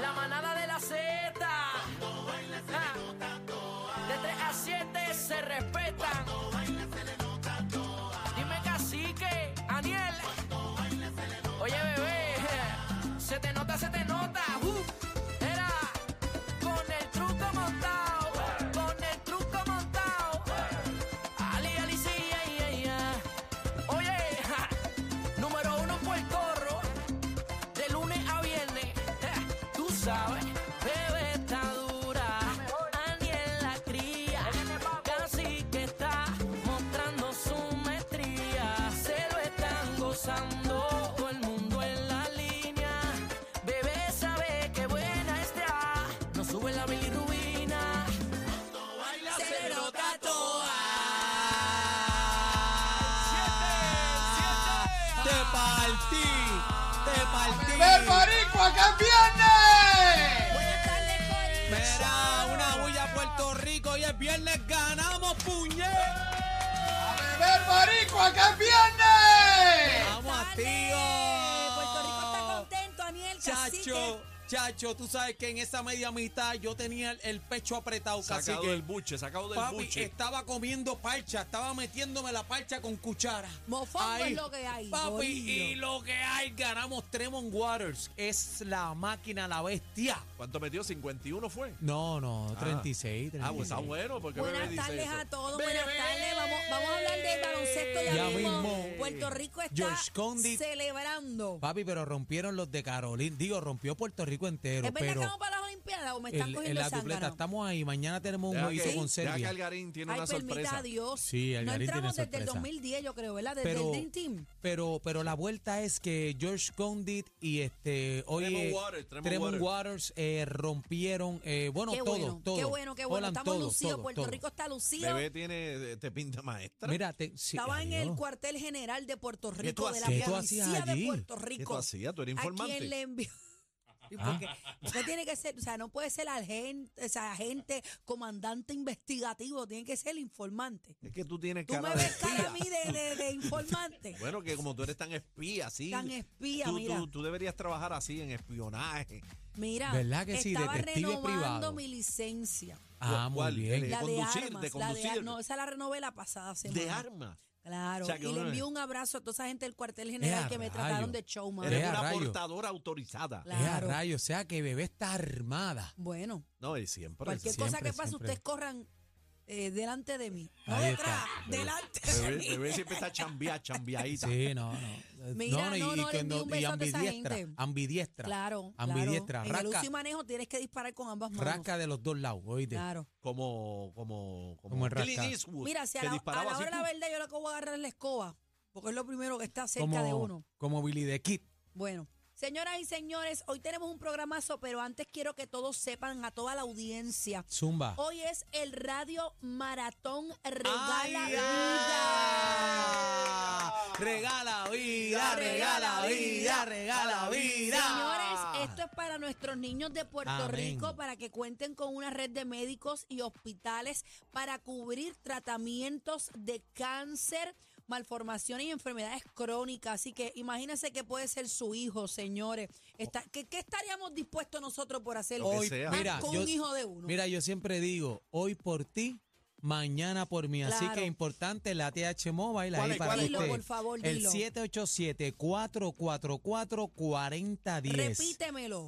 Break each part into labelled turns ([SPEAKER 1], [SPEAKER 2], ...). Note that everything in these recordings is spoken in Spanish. [SPEAKER 1] La manada de la Z. Ah. De 3 a 7 se respetan. Dime cacique, Aniel. Oye, bebé. Se te nota, se te nota. Uh. Era con el truco montado. Con el truco montado. Ali, Ali, sí, ay, ay, ay. Oye, ja. número uno por el torro. De lunes a viernes, eh, tú sabes, bebé está dura. Aniel la cría, casi que está mostrando su maestría. Se lo están gozando, todo el mundo en la línea. Bebé sabe que buena está, no sube la bilirrubina. Se nota toa.
[SPEAKER 2] Te partí, te partí.
[SPEAKER 3] ¡El boricua que viene!
[SPEAKER 2] Mira, una bulla a Puerto Rico y el viernes ganamos puñet.
[SPEAKER 3] ¡El boricua que viene!
[SPEAKER 2] Vamos,
[SPEAKER 4] Eh, Puerto Rico está
[SPEAKER 2] tío.
[SPEAKER 4] contento, Aniel Cacique.
[SPEAKER 2] Chacho, chacho, tú sabes que en esa media mitad yo tenía el, el pecho apretado,
[SPEAKER 5] Sacado
[SPEAKER 2] cacique.
[SPEAKER 5] del buche, sacado del
[SPEAKER 2] Papi,
[SPEAKER 5] buche.
[SPEAKER 2] estaba comiendo parcha, estaba metiéndome la parcha con cuchara.
[SPEAKER 4] Mofongo
[SPEAKER 2] Ahí,
[SPEAKER 4] es lo que hay,
[SPEAKER 2] Papi,
[SPEAKER 4] gorillo.
[SPEAKER 2] y lo que hay, ganamos Tremont Waters. Es la máquina, la bestia.
[SPEAKER 5] ¿Cuánto metió? ¿51 fue?
[SPEAKER 2] No, no, 36, 36.
[SPEAKER 5] Ah, pues está bueno, porque bebé
[SPEAKER 4] Buenas
[SPEAKER 5] dice
[SPEAKER 4] tardes
[SPEAKER 5] eso.
[SPEAKER 4] a todos, buenas tardes. Vamos, vamos a hablar de baloncesto ya,
[SPEAKER 2] Ya
[SPEAKER 4] mismo.
[SPEAKER 2] mismo.
[SPEAKER 4] Puerto Rico está
[SPEAKER 2] George Condi.
[SPEAKER 4] celebrando.
[SPEAKER 2] Papi, pero rompieron los de Carolina. Digo, rompió Puerto Rico entero.
[SPEAKER 4] ¿Es verdad que
[SPEAKER 2] pero
[SPEAKER 4] vamos para las Olimpiadas o me están
[SPEAKER 2] el- en
[SPEAKER 4] cogiendo
[SPEAKER 2] la
[SPEAKER 4] el
[SPEAKER 2] dupleta
[SPEAKER 4] zángano?
[SPEAKER 2] estamos ahí. Mañana tenemos un
[SPEAKER 5] Deja
[SPEAKER 2] jueguito
[SPEAKER 5] que-
[SPEAKER 2] con
[SPEAKER 5] deja que
[SPEAKER 2] Serbia.
[SPEAKER 5] Algarín tiene
[SPEAKER 4] Ay,
[SPEAKER 5] una
[SPEAKER 4] permita
[SPEAKER 5] sorpresa.
[SPEAKER 4] Dios.
[SPEAKER 2] Sí,
[SPEAKER 4] no
[SPEAKER 2] Algarín tiene
[SPEAKER 4] entramos desde el
[SPEAKER 2] sorpresa.
[SPEAKER 4] 2010, yo creo, ¿verdad? Desde
[SPEAKER 2] Pero,
[SPEAKER 4] el Dream Team.
[SPEAKER 2] pero, pero la vuelta es que George Condit y este oye,
[SPEAKER 5] Tremont Waters, Tremont
[SPEAKER 2] Tremont
[SPEAKER 5] Waters.
[SPEAKER 2] Waters, eh, rompieron, eh, bueno,
[SPEAKER 4] qué
[SPEAKER 2] todos,
[SPEAKER 4] bueno,
[SPEAKER 2] todos.
[SPEAKER 4] qué bueno, qué bueno.
[SPEAKER 2] Holland,
[SPEAKER 4] estamos
[SPEAKER 2] todos,
[SPEAKER 4] lucidos.
[SPEAKER 2] todos,
[SPEAKER 4] Puerto
[SPEAKER 2] todos.
[SPEAKER 4] Rico está lucido.
[SPEAKER 5] Bebé tiene, eh, te pinta maestra.
[SPEAKER 2] Mira, te, sí,
[SPEAKER 4] Estaba en el
[SPEAKER 2] adiós.
[SPEAKER 4] cuartel general de Puerto
[SPEAKER 5] ¿Qué tú
[SPEAKER 4] Rico, de la
[SPEAKER 2] hacías? ¿Qué tú hacías
[SPEAKER 4] policía de
[SPEAKER 2] allí?
[SPEAKER 4] Puerto
[SPEAKER 5] ¿Qué
[SPEAKER 4] Rico.
[SPEAKER 5] tú hacías? Tú eres
[SPEAKER 4] ¿A quién le
[SPEAKER 5] informante. Ah.
[SPEAKER 4] envió? ¿Y por qué? Usted tiene que ser, o sea, no puede ser agente, o sea, agente, comandante investigativo, tiene que ser el informante.
[SPEAKER 5] Es que tú tienes
[SPEAKER 4] Tú
[SPEAKER 5] cara
[SPEAKER 4] me
[SPEAKER 5] de
[SPEAKER 4] ves cara a
[SPEAKER 5] espía.
[SPEAKER 4] mí de, de- de informante.
[SPEAKER 5] Bueno, que como tú eres tan espía, sí.
[SPEAKER 4] Tan espía,
[SPEAKER 5] tú,
[SPEAKER 4] mira.
[SPEAKER 5] Tú, tú deberías trabajar así, en espionaje.
[SPEAKER 4] Mira,
[SPEAKER 2] ¿Verdad que sí?
[SPEAKER 4] estaba
[SPEAKER 2] Detective
[SPEAKER 4] renovando
[SPEAKER 2] privado.
[SPEAKER 4] mi licencia.
[SPEAKER 2] Ah, muy
[SPEAKER 5] ¿Cuál?
[SPEAKER 2] bien.
[SPEAKER 5] De
[SPEAKER 4] la de
[SPEAKER 5] conducir, de
[SPEAKER 4] armas, la de
[SPEAKER 5] conducir.
[SPEAKER 4] ar- no, esa la renové la pasada semana.
[SPEAKER 5] De arma.
[SPEAKER 4] Claro,
[SPEAKER 5] O sea, que
[SPEAKER 4] y le
[SPEAKER 5] uno-
[SPEAKER 4] envío un abrazo a toda esa gente del cuartel
[SPEAKER 2] Eh,
[SPEAKER 4] general que me
[SPEAKER 2] rayo.
[SPEAKER 4] trataron de showman.
[SPEAKER 5] Eres
[SPEAKER 2] Vea,
[SPEAKER 5] una
[SPEAKER 2] rayo.
[SPEAKER 5] portadora autorizada.
[SPEAKER 4] Claro.
[SPEAKER 2] Eh, a rayos, o sea que bebé está armada.
[SPEAKER 4] Bueno,
[SPEAKER 5] No, y siempre.
[SPEAKER 4] cualquier
[SPEAKER 5] siempre.
[SPEAKER 4] cosa que
[SPEAKER 2] siempre,
[SPEAKER 4] pase,
[SPEAKER 2] siempre.
[SPEAKER 4] ustedes corran eh, delante de mí. No
[SPEAKER 2] Ahí
[SPEAKER 4] detrás,
[SPEAKER 2] está. Bebé.
[SPEAKER 4] delante de
[SPEAKER 5] Bebé,
[SPEAKER 4] mí.
[SPEAKER 5] bebé siempre está chambea, chambeadita.
[SPEAKER 2] Sí, no, no.
[SPEAKER 4] Mira, no, no, le
[SPEAKER 2] que
[SPEAKER 4] envío un beso a toda esa
[SPEAKER 2] ambidiestra,
[SPEAKER 4] gente.
[SPEAKER 2] ambidiestra.
[SPEAKER 4] Claro,
[SPEAKER 2] Ambidiestra,
[SPEAKER 4] claro. En el
[SPEAKER 2] rasca.
[SPEAKER 4] uso y manejo tienes que disparar con ambas manos.
[SPEAKER 2] Rasca de los dos lados, oíste.
[SPEAKER 4] Claro.
[SPEAKER 5] Como, como, como,
[SPEAKER 2] Como el
[SPEAKER 5] Clint
[SPEAKER 2] rasca.
[SPEAKER 5] Eastwood,
[SPEAKER 4] Mira, si a
[SPEAKER 5] que
[SPEAKER 4] la, a
[SPEAKER 5] disparaba
[SPEAKER 4] la
[SPEAKER 5] así,
[SPEAKER 4] hora de la
[SPEAKER 5] ¡pum!
[SPEAKER 4] verdad yo lo que voy a agarrar es la escoba, porque es lo primero que está cerca
[SPEAKER 2] como,
[SPEAKER 4] de uno.
[SPEAKER 2] Como Billy the Kid.
[SPEAKER 4] Bueno, señoras y señores, hoy tenemos un programazo, pero antes quiero que todos sepan, a toda la audiencia,
[SPEAKER 2] Zumba.
[SPEAKER 4] hoy es el Radio Maratón
[SPEAKER 2] ¡Ay,
[SPEAKER 4] Regala Vida.
[SPEAKER 2] ah! Regala vida, regala vida, regala vida.
[SPEAKER 4] Señores, esto es para nuestros niños de Puerto
[SPEAKER 2] Amén.
[SPEAKER 4] Rico, para que cuenten con una red de médicos y hospitales para cubrir tratamientos de cáncer, malformaciones y enfermedades crónicas. Así que imagínense que puede ser su hijo, señores. Está- ¿qué, qué estaríamos dispuestos nosotros por hacer
[SPEAKER 5] Lo que
[SPEAKER 4] hoy
[SPEAKER 5] sea.
[SPEAKER 4] más
[SPEAKER 2] mira,
[SPEAKER 4] con
[SPEAKER 2] yo,
[SPEAKER 4] un hijo de uno?
[SPEAKER 2] mira, yo siempre digo, hoy por ti, mañana por mí. Así
[SPEAKER 4] Claro.
[SPEAKER 2] que importante la TH Mobile
[SPEAKER 3] ¿Cuál
[SPEAKER 2] ahí
[SPEAKER 3] es,
[SPEAKER 2] para
[SPEAKER 3] cuál es,
[SPEAKER 4] Dilo,
[SPEAKER 3] cuál es?
[SPEAKER 2] usted.
[SPEAKER 4] por favor,
[SPEAKER 2] El
[SPEAKER 4] dilo.
[SPEAKER 2] 787-444-4010.
[SPEAKER 4] Repítemelo.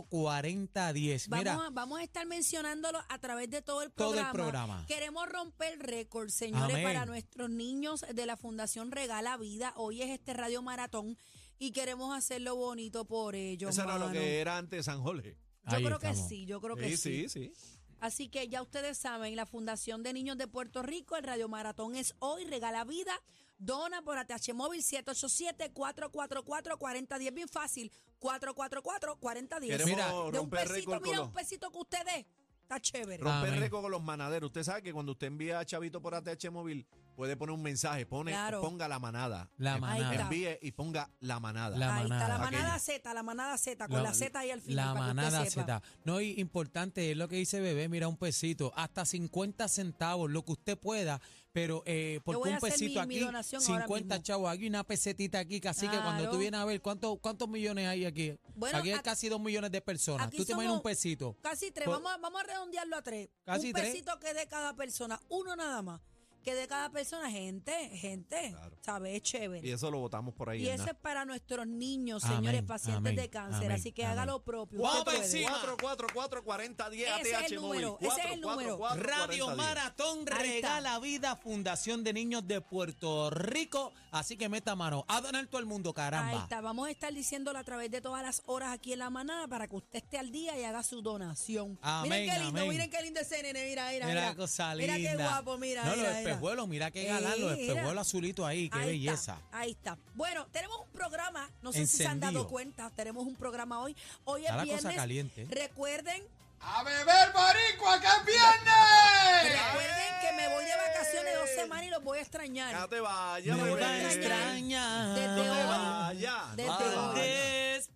[SPEAKER 2] 787-444-4010. Mira,
[SPEAKER 4] Vamos a, vamos a estar mencionándolo a través de todo el
[SPEAKER 2] Todo el
[SPEAKER 4] programa.
[SPEAKER 2] programa.
[SPEAKER 4] Queremos romper récord, señores,
[SPEAKER 2] Amén.
[SPEAKER 4] para nuestros niños de la Fundación Regala Vida. Hoy es este radio maratón y queremos hacerlo bonito por ellos.
[SPEAKER 5] Eso era lo
[SPEAKER 4] mano.
[SPEAKER 5] que era antes San Jorge.
[SPEAKER 4] Yo
[SPEAKER 2] Ahí
[SPEAKER 4] creo que
[SPEAKER 2] estamos.
[SPEAKER 4] sí, yo creo que sí.
[SPEAKER 5] sí, sí.
[SPEAKER 4] Así que ya ustedes saben, la Fundación de Niños de Puerto Rico, el Radio Maratón es hoy, regala vida, dona por ATH Móvil 787-444-4010, bien fácil, 444-4010.
[SPEAKER 5] Queremos
[SPEAKER 2] Mira,
[SPEAKER 4] de un
[SPEAKER 5] romper
[SPEAKER 4] pesito,
[SPEAKER 5] récord con
[SPEAKER 4] mira,
[SPEAKER 5] los,
[SPEAKER 4] un pesito que usted dé, está chévere.
[SPEAKER 5] romper
[SPEAKER 2] Amén.
[SPEAKER 5] récord con los manaderos. Usted sabe que cuando usted envía a Chavito por ATH móvil, puede poner un mensaje, pone,
[SPEAKER 4] Claro.
[SPEAKER 5] ponga la manada.
[SPEAKER 2] La
[SPEAKER 5] En-
[SPEAKER 2] manada.
[SPEAKER 5] Envíe y ponga la manada.
[SPEAKER 2] La
[SPEAKER 4] Ahí está, la
[SPEAKER 2] manada.
[SPEAKER 4] manada
[SPEAKER 5] Aquella.
[SPEAKER 4] Z, la manada Z, con la, Z ahí al final.
[SPEAKER 2] La
[SPEAKER 4] para que usted
[SPEAKER 2] manada
[SPEAKER 4] sepa.
[SPEAKER 2] Z. No, y importante es lo que dice Bebé, mira, un pesito, hasta 50 centavos, lo que usted pueda, pero eh, porque
[SPEAKER 4] voy a
[SPEAKER 2] un
[SPEAKER 4] hacer
[SPEAKER 2] pesito
[SPEAKER 4] mi- mi
[SPEAKER 2] aquí,
[SPEAKER 4] donación ahora
[SPEAKER 2] 50
[SPEAKER 4] mismo.
[SPEAKER 2] chavos aquí, una pesetita aquí, así que cuando
[SPEAKER 4] Claro.
[SPEAKER 2] tú vienes a ver, ¿cuánto, ¿cuántos millones hay aquí?
[SPEAKER 4] Bueno,
[SPEAKER 2] aquí hay
[SPEAKER 4] ac-
[SPEAKER 2] casi 2 millones de personas.
[SPEAKER 4] aquí
[SPEAKER 2] Tú te imaginas un
[SPEAKER 4] somos-
[SPEAKER 2] pesito.
[SPEAKER 4] Casi tres,
[SPEAKER 2] Por-
[SPEAKER 4] vamos, a, vamos a redondearlo a tres.
[SPEAKER 2] Casi
[SPEAKER 4] un
[SPEAKER 2] tres.
[SPEAKER 4] pesito que dé cada persona, uno nada más. Que de cada persona, gente, gente,
[SPEAKER 5] Claro.
[SPEAKER 4] ¿sabes? Es chévere.
[SPEAKER 5] Y eso lo votamos por ahí.
[SPEAKER 4] Y
[SPEAKER 5] en
[SPEAKER 4] eso
[SPEAKER 5] nada.
[SPEAKER 4] es para nuestros niños,
[SPEAKER 2] Amén,
[SPEAKER 4] señores, pacientes
[SPEAKER 2] amén,
[SPEAKER 4] de cáncer.
[SPEAKER 2] amén,
[SPEAKER 4] así que
[SPEAKER 2] amén.
[SPEAKER 4] haga lo propio.
[SPEAKER 2] ¡Guau,
[SPEAKER 4] usted puede.
[SPEAKER 2] vecino!
[SPEAKER 5] 444-4010
[SPEAKER 4] Ese es el
[SPEAKER 5] ATH móvil.
[SPEAKER 4] número, ese es el número.
[SPEAKER 5] 444-4010.
[SPEAKER 2] Radio Maratón
[SPEAKER 4] Ahí está.
[SPEAKER 2] Regala Vida, Fundación de Niños de Puerto Rico. Así que meta mano, a donar todo el mundo,
[SPEAKER 4] Ahí
[SPEAKER 2] caramba.
[SPEAKER 4] está, vamos a estar diciéndolo a través de todas las horas aquí en la manada para que usted esté al día y haga su donación.
[SPEAKER 2] Amén,
[SPEAKER 4] miren qué lindo,
[SPEAKER 2] amén.
[SPEAKER 4] miren qué lindo ese nene, mira, mira,
[SPEAKER 2] Mira
[SPEAKER 4] mira.
[SPEAKER 2] qué cosa
[SPEAKER 4] Mira qué
[SPEAKER 2] linda.
[SPEAKER 4] guapo, mira,
[SPEAKER 2] No,
[SPEAKER 4] mira,
[SPEAKER 2] los
[SPEAKER 4] mira.
[SPEAKER 2] espejuelos, mira qué galán, los
[SPEAKER 4] Eh, mira.
[SPEAKER 2] espejuelos azulitos ahí, qué
[SPEAKER 4] Ahí
[SPEAKER 2] belleza.
[SPEAKER 4] está, ahí está. Bueno, tenemos un programa, no sé si se han
[SPEAKER 2] Encendido.
[SPEAKER 4] dado cuenta, tenemos un programa hoy. Hoy es
[SPEAKER 2] Está la cosa
[SPEAKER 4] viernes.
[SPEAKER 2] caliente. ¿eh?
[SPEAKER 4] Recuerden
[SPEAKER 3] A beber boricua que es viernes.
[SPEAKER 4] Recuerden que me voy de vacaciones dos semanas y los voy a extrañar.
[SPEAKER 5] Ya te vayas,
[SPEAKER 2] Me
[SPEAKER 4] voy
[SPEAKER 5] bebé.
[SPEAKER 2] van a
[SPEAKER 4] a
[SPEAKER 2] extrañar.
[SPEAKER 4] Desde
[SPEAKER 5] No te
[SPEAKER 4] hoy.
[SPEAKER 5] vayas.
[SPEAKER 4] Desde
[SPEAKER 5] no te
[SPEAKER 4] hoy.
[SPEAKER 2] Al
[SPEAKER 5] vayas.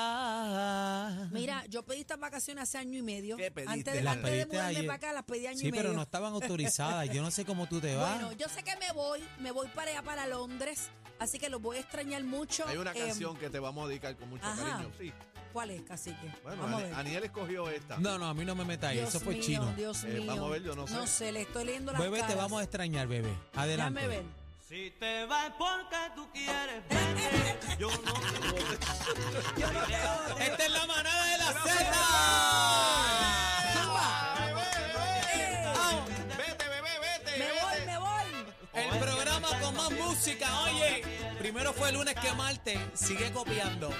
[SPEAKER 2] despertar.
[SPEAKER 4] Mira, yo pedí estas vacaciones hace año y medio.
[SPEAKER 5] ¿Qué pediste?
[SPEAKER 4] Antes de,
[SPEAKER 5] Las
[SPEAKER 4] antes de
[SPEAKER 2] pediste
[SPEAKER 4] mudarme
[SPEAKER 2] ayer.
[SPEAKER 4] para acá, las pedí año y
[SPEAKER 2] Sí,
[SPEAKER 4] medio.
[SPEAKER 2] pero no estaban autorizadas. Yo no sé cómo tú te vas.
[SPEAKER 4] bueno, yo sé que me voy, me voy para allá, para Londres, así que los voy a extrañar mucho.
[SPEAKER 5] Hay una
[SPEAKER 4] Em,
[SPEAKER 5] canción que te vamos a dedicar con mucho
[SPEAKER 4] ajá.
[SPEAKER 5] cariño. Sí.
[SPEAKER 4] ¿Cuál es, cacique?
[SPEAKER 5] Bueno,
[SPEAKER 4] vamos a
[SPEAKER 5] Ani-
[SPEAKER 4] ver.
[SPEAKER 5] Aniel escogió esta.
[SPEAKER 2] no, no, a mí no me metas ahí.
[SPEAKER 4] Dios
[SPEAKER 2] Eso fue
[SPEAKER 4] mío,
[SPEAKER 2] chino.
[SPEAKER 4] Dios
[SPEAKER 5] Eh,
[SPEAKER 4] mío.
[SPEAKER 5] vamos a ver, yo no sé.
[SPEAKER 4] No sé, le estoy leyendo las
[SPEAKER 2] Bebé, te
[SPEAKER 4] caras.
[SPEAKER 2] vamos a extrañar, bebé. Adelante.
[SPEAKER 4] Déjame ver.
[SPEAKER 6] Si te vas porque tú quieres verte,
[SPEAKER 5] Yo no te voté.
[SPEAKER 2] Esta es la manada de la Z.
[SPEAKER 4] ¡Eh!
[SPEAKER 5] Vete, bebé, vete.
[SPEAKER 4] ¡Me
[SPEAKER 5] vete.
[SPEAKER 4] voy, me voy!
[SPEAKER 2] El programa con más música. Oye, primero fue el lunes que martes. Sigue copiando.